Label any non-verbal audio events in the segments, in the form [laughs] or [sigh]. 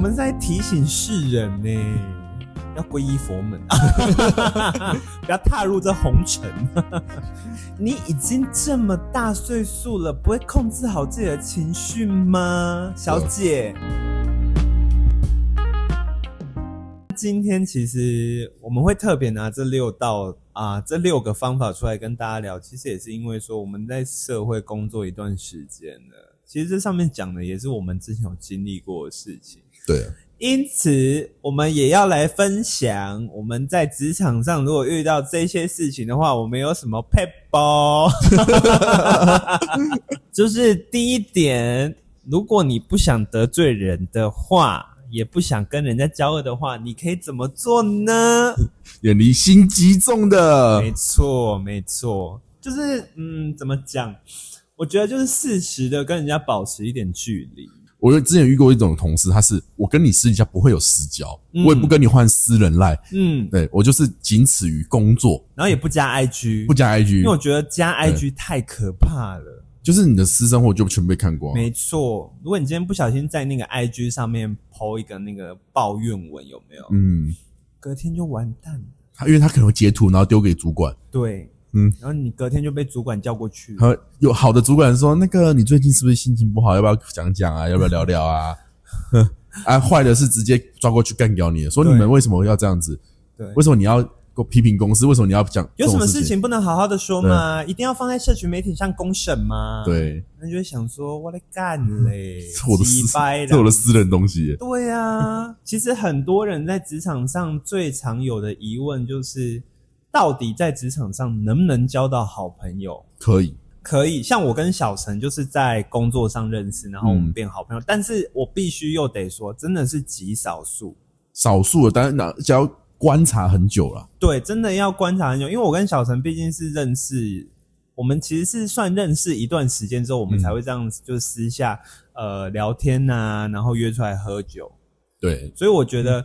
们是在提醒世人呢、要皈依佛门， [laughs] 不要踏入这红尘。你已经这么大岁数了，不会控制好自己的情绪吗，小姐？今天其实我们会特别拿这六道啊、这六个方法出来跟大家聊，其实也是因为说我们在社会工作一段时间了，其实这上面讲的也是我们之前有经历过的事情，对，因此我们也要来分享我们在职场上如果遇到这些事情的话，我们有什么 p e p [laughs] 就是第一点，如果你不想得罪人的话，也不想跟人家交恶的话，你可以怎么做呢？远离心机重的没错，没错，就是嗯，怎么讲？我觉得就是适时的跟人家保持一点距离。我有之前有遇过一种同事，他是我跟你私底下不会有私交，嗯我也不跟你换私人赖，嗯，对我就是仅此于工作，然后也不加 IG，不加因为我 IG，觉得加 IG 太可怕了。就是你的私生活就全被看光了。没错，如果你今天不小心在那个 IG 上面 PO 一个那个抱怨文，有没有？嗯，隔天就完蛋了。他因为他可能会截图，然后丢给主管。对，嗯，然后你隔天就被主管叫过去。和有好的主管说，那个你最近是不是心情不好？要不要讲讲啊？要不要聊聊啊？ [laughs] 啊，坏的是直接抓过去干掉你，说对你们为什么要这样子？对，为什么你要批评公司？为什么你要讲有什么这种事事？情不能好好的说吗？一定要放在社群媒体上公审吗？。对，那就会想说我来干嘞，这 [laughs] 是我的鸡私，掰啦这是我的私人东西。对啊，其实很多人在职场上最常有的疑问就是，到底在职场上能不能交到好朋友？可以，可以，像我跟小陈就是在工作上认识，然后我们嗯变好朋友。但是我必须又得说，真的是极少数。少数的，当然那只要观察很久了。对，真的要观察很久，因为我跟小陈毕竟是认识，我们其实是算认识一段时间之后，我们嗯才会这样子，就是私下呃聊天呐、然后约出来喝酒。对，所以我觉得，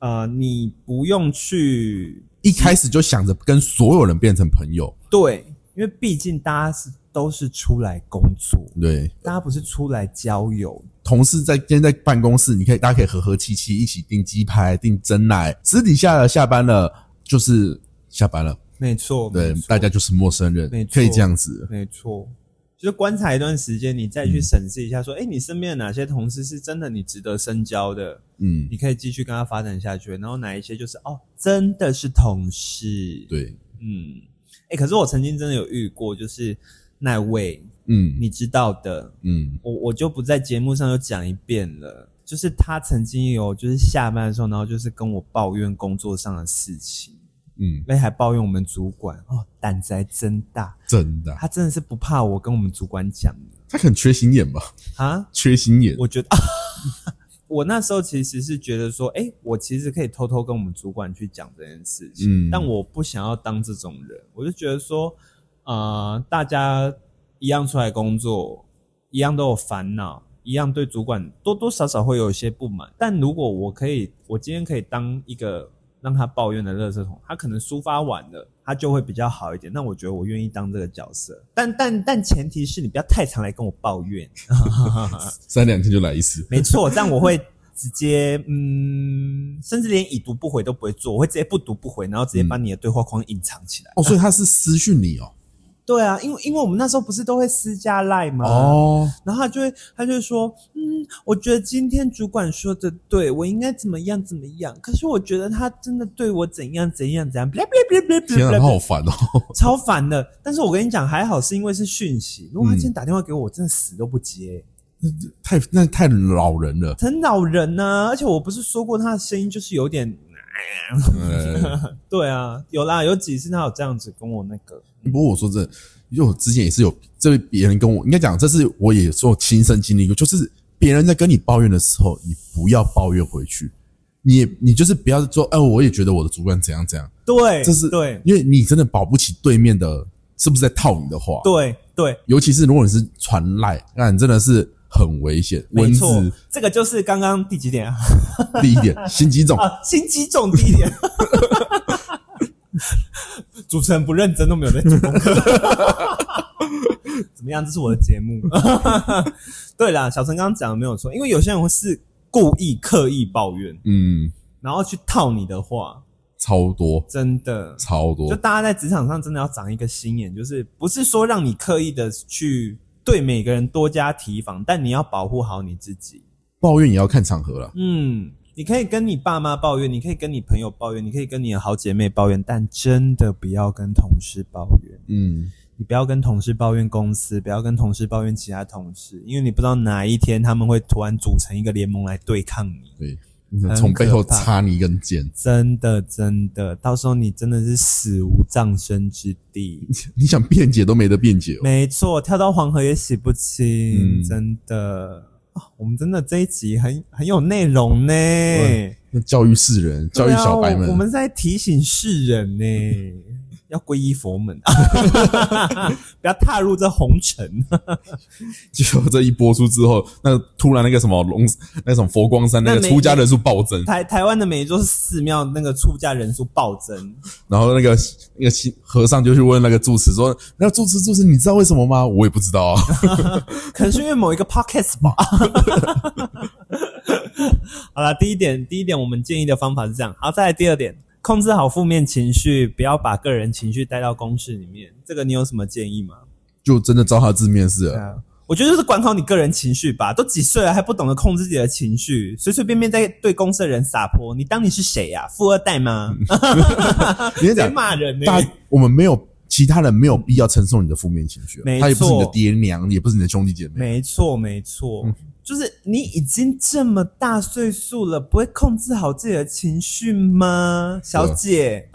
嗯呃，你不用去一开始就想着跟所有人变成朋友。对，因为毕竟大家是都是出来工作，对，大家不是出来交友。同事在今天在办公室，你可以大家可以和和气气一起订鸡排、订蒸奶。私底下的下班了就是下班了，没错，对没，错大家就是陌生人没，错可以这样子。没错，就是观察一段时间，你再去审视一下，说，哎、你身边的哪些同事是真的你值得深交的，嗯，你可以继续跟他发展下去。然后哪一些就是哦，真的是同事，，对，嗯，哎、可是我曾经真的有遇过，就是那位嗯你知道的，嗯，我我就不在节目上又讲一遍了。就是他曾经有，就是下班的时候，然后就是跟我抱怨工作上的事情，嗯，那还抱怨我们主管哦，胆子还真大。真的啊，他真的是不怕我跟我们主管讲的他很缺心眼吧？啊。缺心眼，我觉得， [laughs] 我那时候其实是觉得说，哎、我其实可以偷偷跟我们主管去讲这件事情，嗯但我不想要当这种人，我就觉得说，呃，大家一样出来工作，一样都有烦恼。一样对主管多多少少会有一些不满，但如果我可以，我今天可以当一个让他抱怨的垃圾桶，他可能抒发完了，他就会比较好一点。那我觉得我愿意当这个角色，但但但前提是你不要太常来跟我抱怨，三两天就来一次。没错，这样我会直接嗯，甚至连已读不回都不会做，我会直接不读不回，然后直接把你的对话框隐藏起来。哦，所以他是私讯你哦。对啊，因为因为我们那时候不是都会私加赖吗？，哦，然后他就会他就会说，嗯，我觉得今天主管说的对，我应该怎么样怎么样，可是我觉得他真的对我怎样怎样怎样，blah blah blah blah blah 天啊， blah 他 blah 好烦哦。超烦的。但是我跟你讲，还好是因为是讯息，如果他今天打电话给我，我真的死都不接、，[laughs] 太那太老人了很恼人呐、而且我不是说过他的声音就是有点，呃，对啊，有啦，有几次他有这样子跟我那个，不过我说真的，因为我之前也是有这位别人跟我应该讲，这是我也是有亲身经历过，就是别人在跟你抱怨的时候，你不要抱怨回去，你也你就是不要说，哎、我也觉得我的主管怎样怎样，对，这是对因为你真的保不齐对面的是不是在套你的话，对对，尤其是如果你是传赖，那你真的是很危险，没文错字，这个就是刚刚第几点啊？第一点，心机重，啊，心机重第一点。 [laughs] 主持人不认真都没有在做功课， [laughs] 怎么样？这是我的节目。对啦，小陈刚刚讲的没有错，因为有些人会是故意刻意抱怨，嗯，然后去套你的话，超多真的，超就多，大家在职场上真的要长一个心眼，就是不是说让你刻意的去对每个人多加提防，但你要保护好你自己。抱怨也要看场合啦。嗯，你可以跟你爸妈抱怨，你可以跟你朋友抱怨，你可以跟你的好姐妹抱怨，但真的不要跟同事抱怨。嗯，你不要跟同事抱怨公司，不要跟同事抱怨其他同事，因为你不知道哪一天他们会突然组成一个联盟来对抗你。对，从背后插你一根剑，真的，真的，到时候你真的是死无葬身之地。你想辩解都没得辩解哦。没错，跳到黄河也洗不清，嗯真的、啊我们真的这一集很很有内容呢，那教育世人，教育对啊小白们，我我们在提醒世人呢， [laughs] 要皈依佛门， [laughs] 不要踏入这红尘。 [laughs] 结果这一播出之后，那突然那个什么龙， [laughs] 那种佛光山那个那没出家人数暴增，台台湾的每一座寺庙那个出家人数暴增，然后那个那个新和尚就去问那个住持说：“那住持住持，你知道为什么吗？”我也不知 [laughs] 道啊。可能是因为某一个 podcast 吧。 [laughs] 好了，第一点，第一点我们建议的方法是这样。好，再来第二点，控制好负面情绪，不要把个人情绪带到公事里面。这个你有什么建议吗？就真的糟蹋字面是了，啊，我觉得就是管好你个人情绪吧。都几岁了还不懂得控制自己的情绪，随随便便在对公司的人撒泼，你当你是谁呀、富二代吗？你在在讲骂人呢、大，我们没有其他人没有必要承受你的负面情绪啊没，错他也不是你的爹娘，也不是你的兄弟姐妹。 [laughs] 没错，没错，就是你已经这么大岁数了，不会控制好自己的情绪吗，小姐？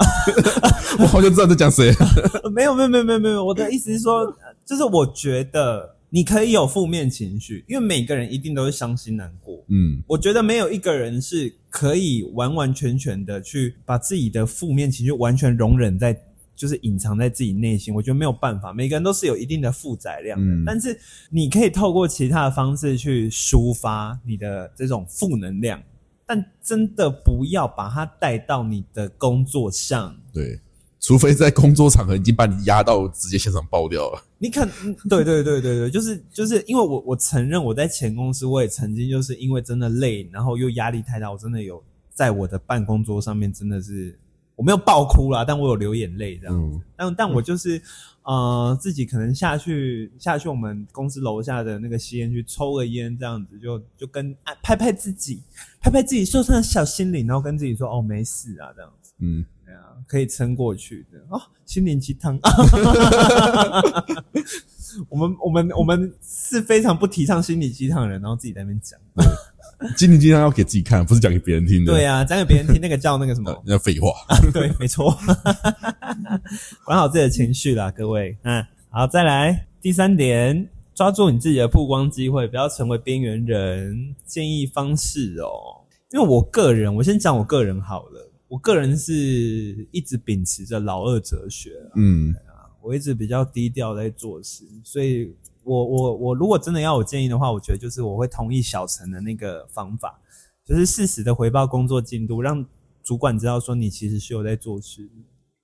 我好像知道你在讲谁， [laughs] 没有，没有，没有，没有，没有。我的意思是说，呃就是我觉得你可以有负面情绪，因为每个人一定都是伤心难过。嗯，我觉得没有一个人是可以完完全全的去把自己的负面情绪完全容忍在，就是隐藏在自己内心。我觉得没有办法，每个人都是有一定的负载量的。嗯但是你可以透过其他的方式去抒发你的这种负能量，但真的不要把它带到你的工作上。对，除非在工作场合已经把你压到直接现场爆掉了。你可能对对对对对，就是就是因为我我承认我在前公司我也曾经就是因为真的累，然后又压力太大，我真的有在我的办公桌上面真的是我没有爆哭啦，但我有流眼泪这样。嗯，但但我就是呃自己可能下去下去我们公司楼下的那个吸烟区抽个烟这样子，就就跟啊拍拍自己，拍拍自己受伤的小心灵，然后跟自己说哦没事啊这样子，嗯，对啊可以撑过去的哦，心灵鸡汤。 [laughs] 我们我们我们是非常不提倡心理鸡汤的人，然后自己在那边讲。今天今天要给自己看，不是讲给别人听的。对啊，讲给别人听，那个叫那个什么呃，，那废话。 [laughs] 对，没错， [laughs] 管好自己的情绪啦，各位。嗯，好，再来第三点，抓住你自己的曝光机会，不要成为边缘人。建议方式哦，因为我个人，我先讲我个人好了。我个人是一直秉持着老二哲学啊，嗯，我一直比较低调在做事，所以我我我如果真的要我建议的话，我觉得就是我会同意小陈的那个方法，就是适时的回报工作进度，让主管知道说你其实是有在做事。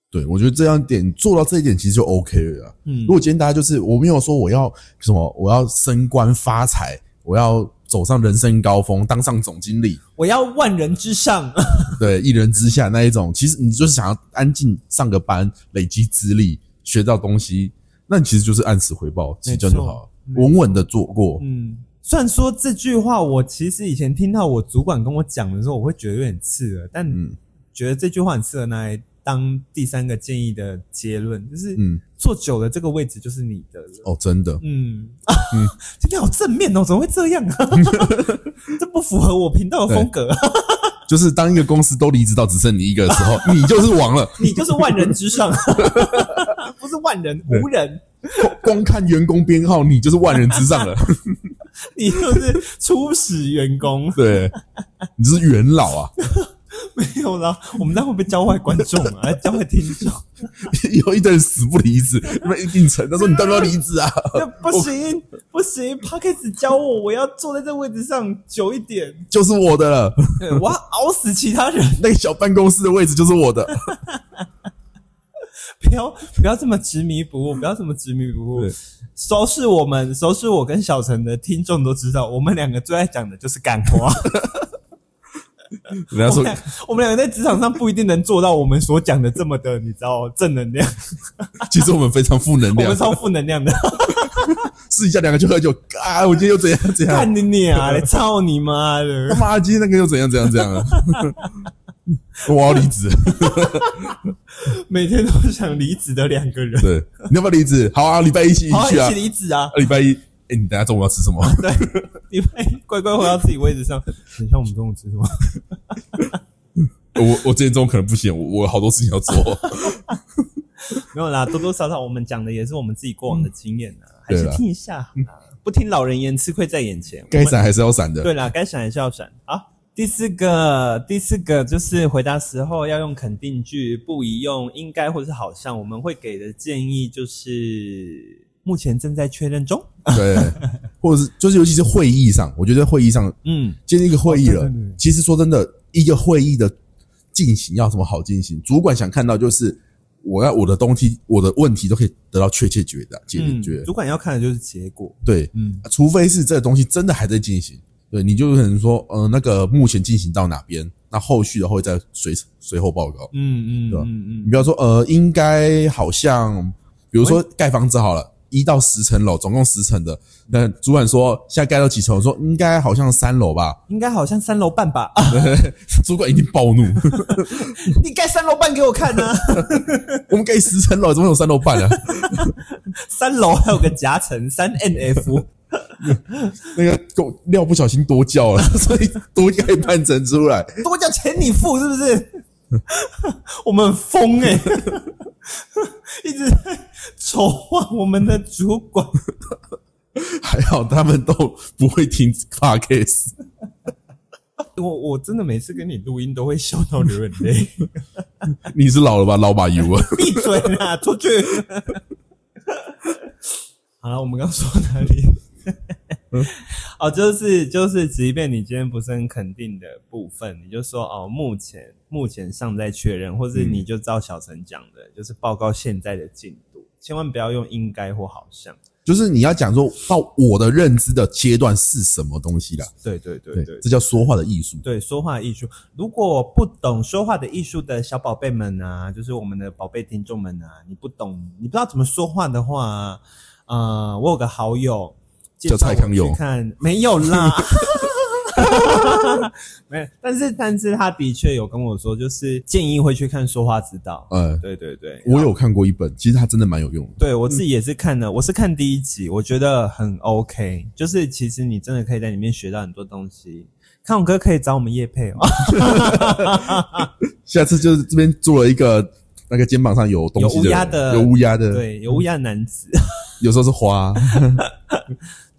对，我觉得这样点做到这一点其实就 OK 了啦。嗯如，果今天大家就是我没有说我要什么，我要升官发财，我要走上人生高峰，当上总经理，我要万人之上。对，一人之下那一种，其实你就是想要安静上个班，累积资历，学到东西，那你其实就是按时回报，其实这样就好了，没错稳稳的做过，嗯，虽然说这句话我其实以前听到我主管跟我讲的时候，我会觉得有点刺耳，但嗯觉得这句话很适合拿来当第三个建议的结论，就是嗯，做久了这个位置就是你的了。哦，真的，嗯，今天好正面哦，怎么会这样啊？这不符合我频道的风格，就是当一个公司都离职到只剩你一个的时候，你就是王了。 [laughs] 你就是万人之上， [laughs] 不是万人无人，光光看员工编号，你就是万人之上了。你就是初始员工。 [laughs] 对，你就是元老啊。 [laughs] 没有啦，我们这样会不会教坏观众啊？教坏听众？有一堆人死不离职，你们应承他说你到底要离职啊？这不行不行 p a c k e s 教我，我要坐在这位置上久一点，就是我的了，对我要熬死其他人。那个小办公室的位置就是我的。不要不要这么执迷不悟，不要这么执迷不悟对。收 [laughs] 拾我们，收拾我跟小陈的听众都知道，我们两个最爱讲的就是干话。人家我说们 [laughs] 我们两个在职场上不一定能做到我们所讲的这么的，你知道正能 [laughs] 量，其实我们非常负能我量们，超负能 [laughs] 量的。试一下两个就喝酒，啊，我今天又怎样怎样，看你 [laughs] 脸啊！操你妈他的！妈今天那个又怎样怎样怎样了， [laughs] 我要离职，每天都想离职的两个人，对，你要不要离职？好啊，礼拜一起一好起去 [laughs] 啊一起，离职啊！啊礼拜一，哎，你等下中午要吃什么？你们乖乖回到自己位置上。等一下我们中午吃什么？我我今天中午可能不行，我我有好多事情要 [laughs] 做，没有啦，多多少少我们讲的也是我们自己过往的经验啊，还嗯对是啦听一下好啦。不听老人言，吃亏在眼前。该我们闪还是要闪的，对啦，该闪还是要闪。好，第四个，第四个就是回答时候要用肯定句，不宜用应该或是好像。我们会给的建议就是目前正在确认中。对， [laughs] 或者是就是尤其是会议上，我觉得会议上嗯，今天一个会议哦了对对对，其实说真的，一个会议的进行要什么好进行？主管想看到就是我要我的东西，我的问题都可以得到确切解答解嗯决，主管要看的就是结果。对，嗯，除非是这个东西真的还在进行，对，你就有可能说，呃，那个目前进行到哪边，那后续的话会再随随后报告。嗯嗯对吧嗯你嗯，不要说，呃，应该好像，比如说盖房子好了，一到十层楼，总共十层的，那主管说现在盖到几层？我说应该好像三楼吧， [laughs] 应该好像三楼半吧？啊，主管一定暴怒， [laughs] 你盖三楼半给我看啊呢、我们盖十层楼，怎么有三楼半啊？ [laughs] [laughs] 三楼还有个夹层，三 NF。那个狗料不小心多叫了， [laughs] 所以多盖半层出来，多交钱你付是不是？ [laughs] 我们很疯哎、 [laughs] 一直在丑化我们的主管。还好他们都不会听 podcast。我我真的每次跟你录音都会笑到流眼泪。你是老了吧，老把油啊？ [laughs] 闭嘴啦，出去。 [laughs] 好了，我们刚说哪里？ [laughs] 哦，就是就是，即便你今天不是很肯定的部分，你就说哦，目前目前尚在确认，或是你就照小陈讲的，就是报告现在的进度，千万不要用应该或好像。就是你要讲说到我的认知的阶段是什么东西啦？对对对对这叫说话的艺术。对，说话艺术。如果不懂说话的艺术的小宝贝们啊，就是我们的宝贝听众们啊，你不懂，你不知道怎么说话的话啊，呃，我有个好友介叫绍蔡我康永去看没有啦， [laughs] 没有，但是但是他的确有跟我说，就是建议会去看《说话之道》。呃，对对对，我有看过一本，其实它真的蛮有用的。对我自己也是看了，我是看第一集，我觉得很 OK，就是其实你真的可以在里面学到很多东西。康永哥可以找我们叶配哦。下次就是这边做了一个那个肩膀上有东西有乌鸦的有乌鸦的，，对，有乌鸦男子。 [laughs] 有时候是花，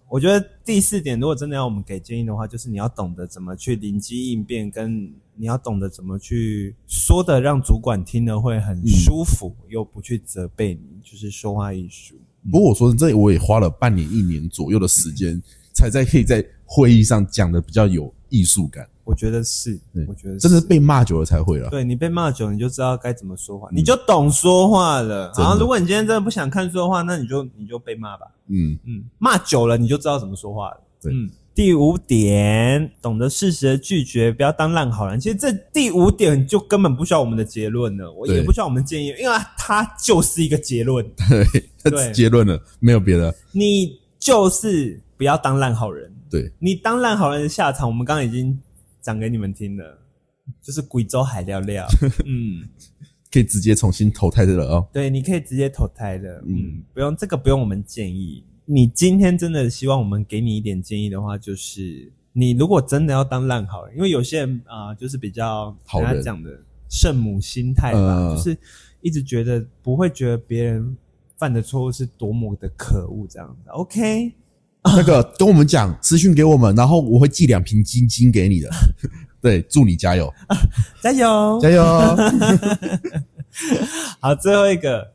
我觉得第四点，如果真的要我们给建议的话，就是你要懂得怎么去灵机应变，跟你要懂得怎么去说的，让主管听了会嗯很舒服，又不去责备你，就是说话艺术。不过我说这我也花了半年一年左右的时间，才在可以在会议上讲的比较有艺术感。我觉得是对，我觉得真的是被骂久了才会了。啊对你被骂久，你就知道该怎么说话，你就懂说话了。嗯真的然后，如果你今天真的不想看说话，那你就你就被骂吧。嗯， [laughs] 嗯，骂久了你就知道怎么说话了。对嗯，第五点，懂得适时的拒绝，不要当烂好人。其实这第五点就根本不需要我们的结论了，我对也不需要我们的建议，因为它就是一个结 [laughs] 论，对，对结论了，没有别的。你就是不要当烂好人。对，你当烂好人的下场，我们刚刚已经讲给你们听了，就是贵州海料 [laughs] 料。嗯，可以直接重新投胎的了 [laughs] 哦。对，你可以直接投胎了。嗯，不用这个不用我们建议。你今天真的希望我们给你一点建议的话，就是你如果真的要当烂好人，因为有些人啊、呃就是比较好人人家讲的圣母心态吧，嗯就是一直觉得不会觉得别人犯的错误是多么的可恶这样子。OK，那个跟我们讲，私讯给我们，然后我会寄两瓶金金 [laughs] 给你的。对，祝你加油，加油！加油！哦 [laughs] 好，最后一个，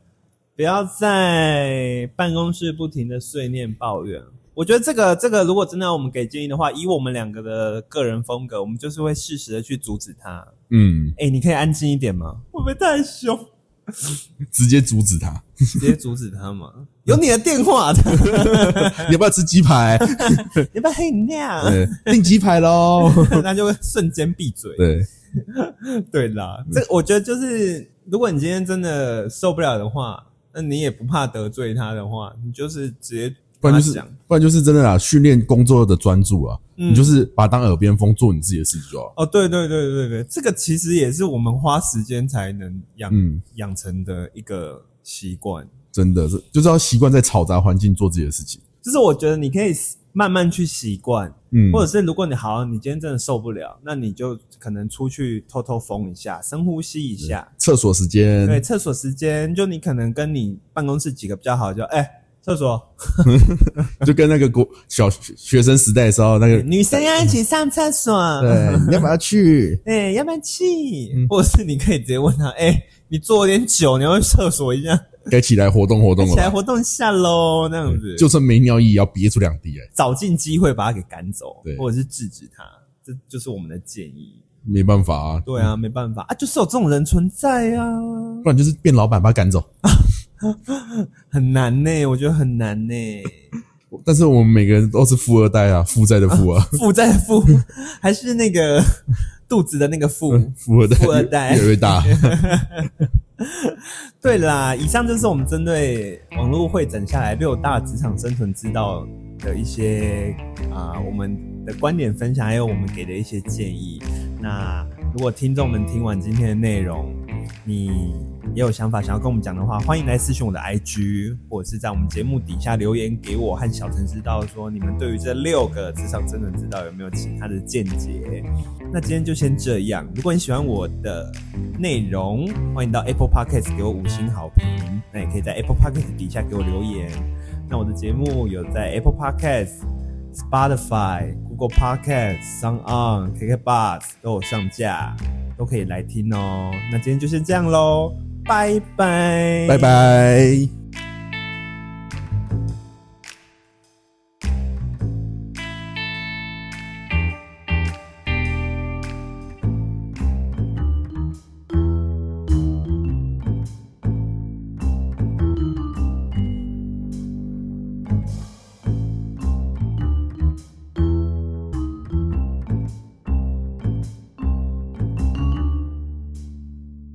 不要在办公室不停的碎念抱怨。我觉得这个这个，如果真的要我们给建议的话，以我们两个的个人风格，我们就是会适时的去阻止他。嗯，哎、你可以安静一点吗？会不会太凶？直接阻止他。直接阻止他嘛。有你的电话的，你要不要吃鸡 [laughs] 排？要不要喝饮料？对，订鸡排喽。 [laughs] 那就会瞬间闭嘴。对，对啦，这我觉得就是，如果你今天真的受不了的话，那你也不怕得罪他的话，你就是直接不跟他然就是讲，不然就是真的啦，训练工作的专注啊，嗯你就是把它当耳边风，做你自己的事情就好。哦，对对对对对，这个其实也是我们花时间才能养、嗯养成的一个习惯，真的是就是要习惯在嘈杂环境做自己的事情。就是我觉得你可以慢慢去习惯，嗯，或者是如果你好，你今天真的受不了，那你就可能出去透透风一下，深呼吸一下。厕所时对，间，厕所时间就你可能跟你办公室几个比较好，就哎、厕所， [laughs] 就跟那个国小学生时代的时候那个，女生要一起上厕所，对，嗯你要不要去？ [laughs] 哎、要不然气，或者是你可以直接问他，哎、你坐有点久，你要去厕所一下，该起来活动活动起了来吧。活动一下喽，那样子就算没尿意，也要憋出两滴来，找尽机会把他给赶走对，或者是制止他，这就是我们的建议。没办法啊。对啊，没办法啊，就是有这种人存在啊，不然就是变老板把他赶走。很难呢、我觉得很难 [laughs] 呢、但是我们每个人都是富二代啊，负债的富 [laughs] 啊，负债负还是那个 [laughs] 肚子的那个负。富二代，富二代越来越大。对啦，以上就是我们针对网络会诊下来六大职场生存之道的一些啊、我们的观点分享，还有我们给的一些建议。那如果听众们听完今天的内容，你也有想法想要跟我们讲的话，欢迎来私信我的 IG，或者是在我们节目底下留言给我和小陈知道说你们对于这六个职场生存之道有没有其他的见解。那今天就先这样。如果你喜欢我的内容，欢迎到 Apple Podcast 给我五星好评。那也可以在 Apple Podcast 底下给我留言。那我的节目有在 Apple Podcast、Spotify、Google Podcast、Sound On、KK Bus 都有上架，都可以来听哦。那今天就先这样喽，拜拜，拜。拜。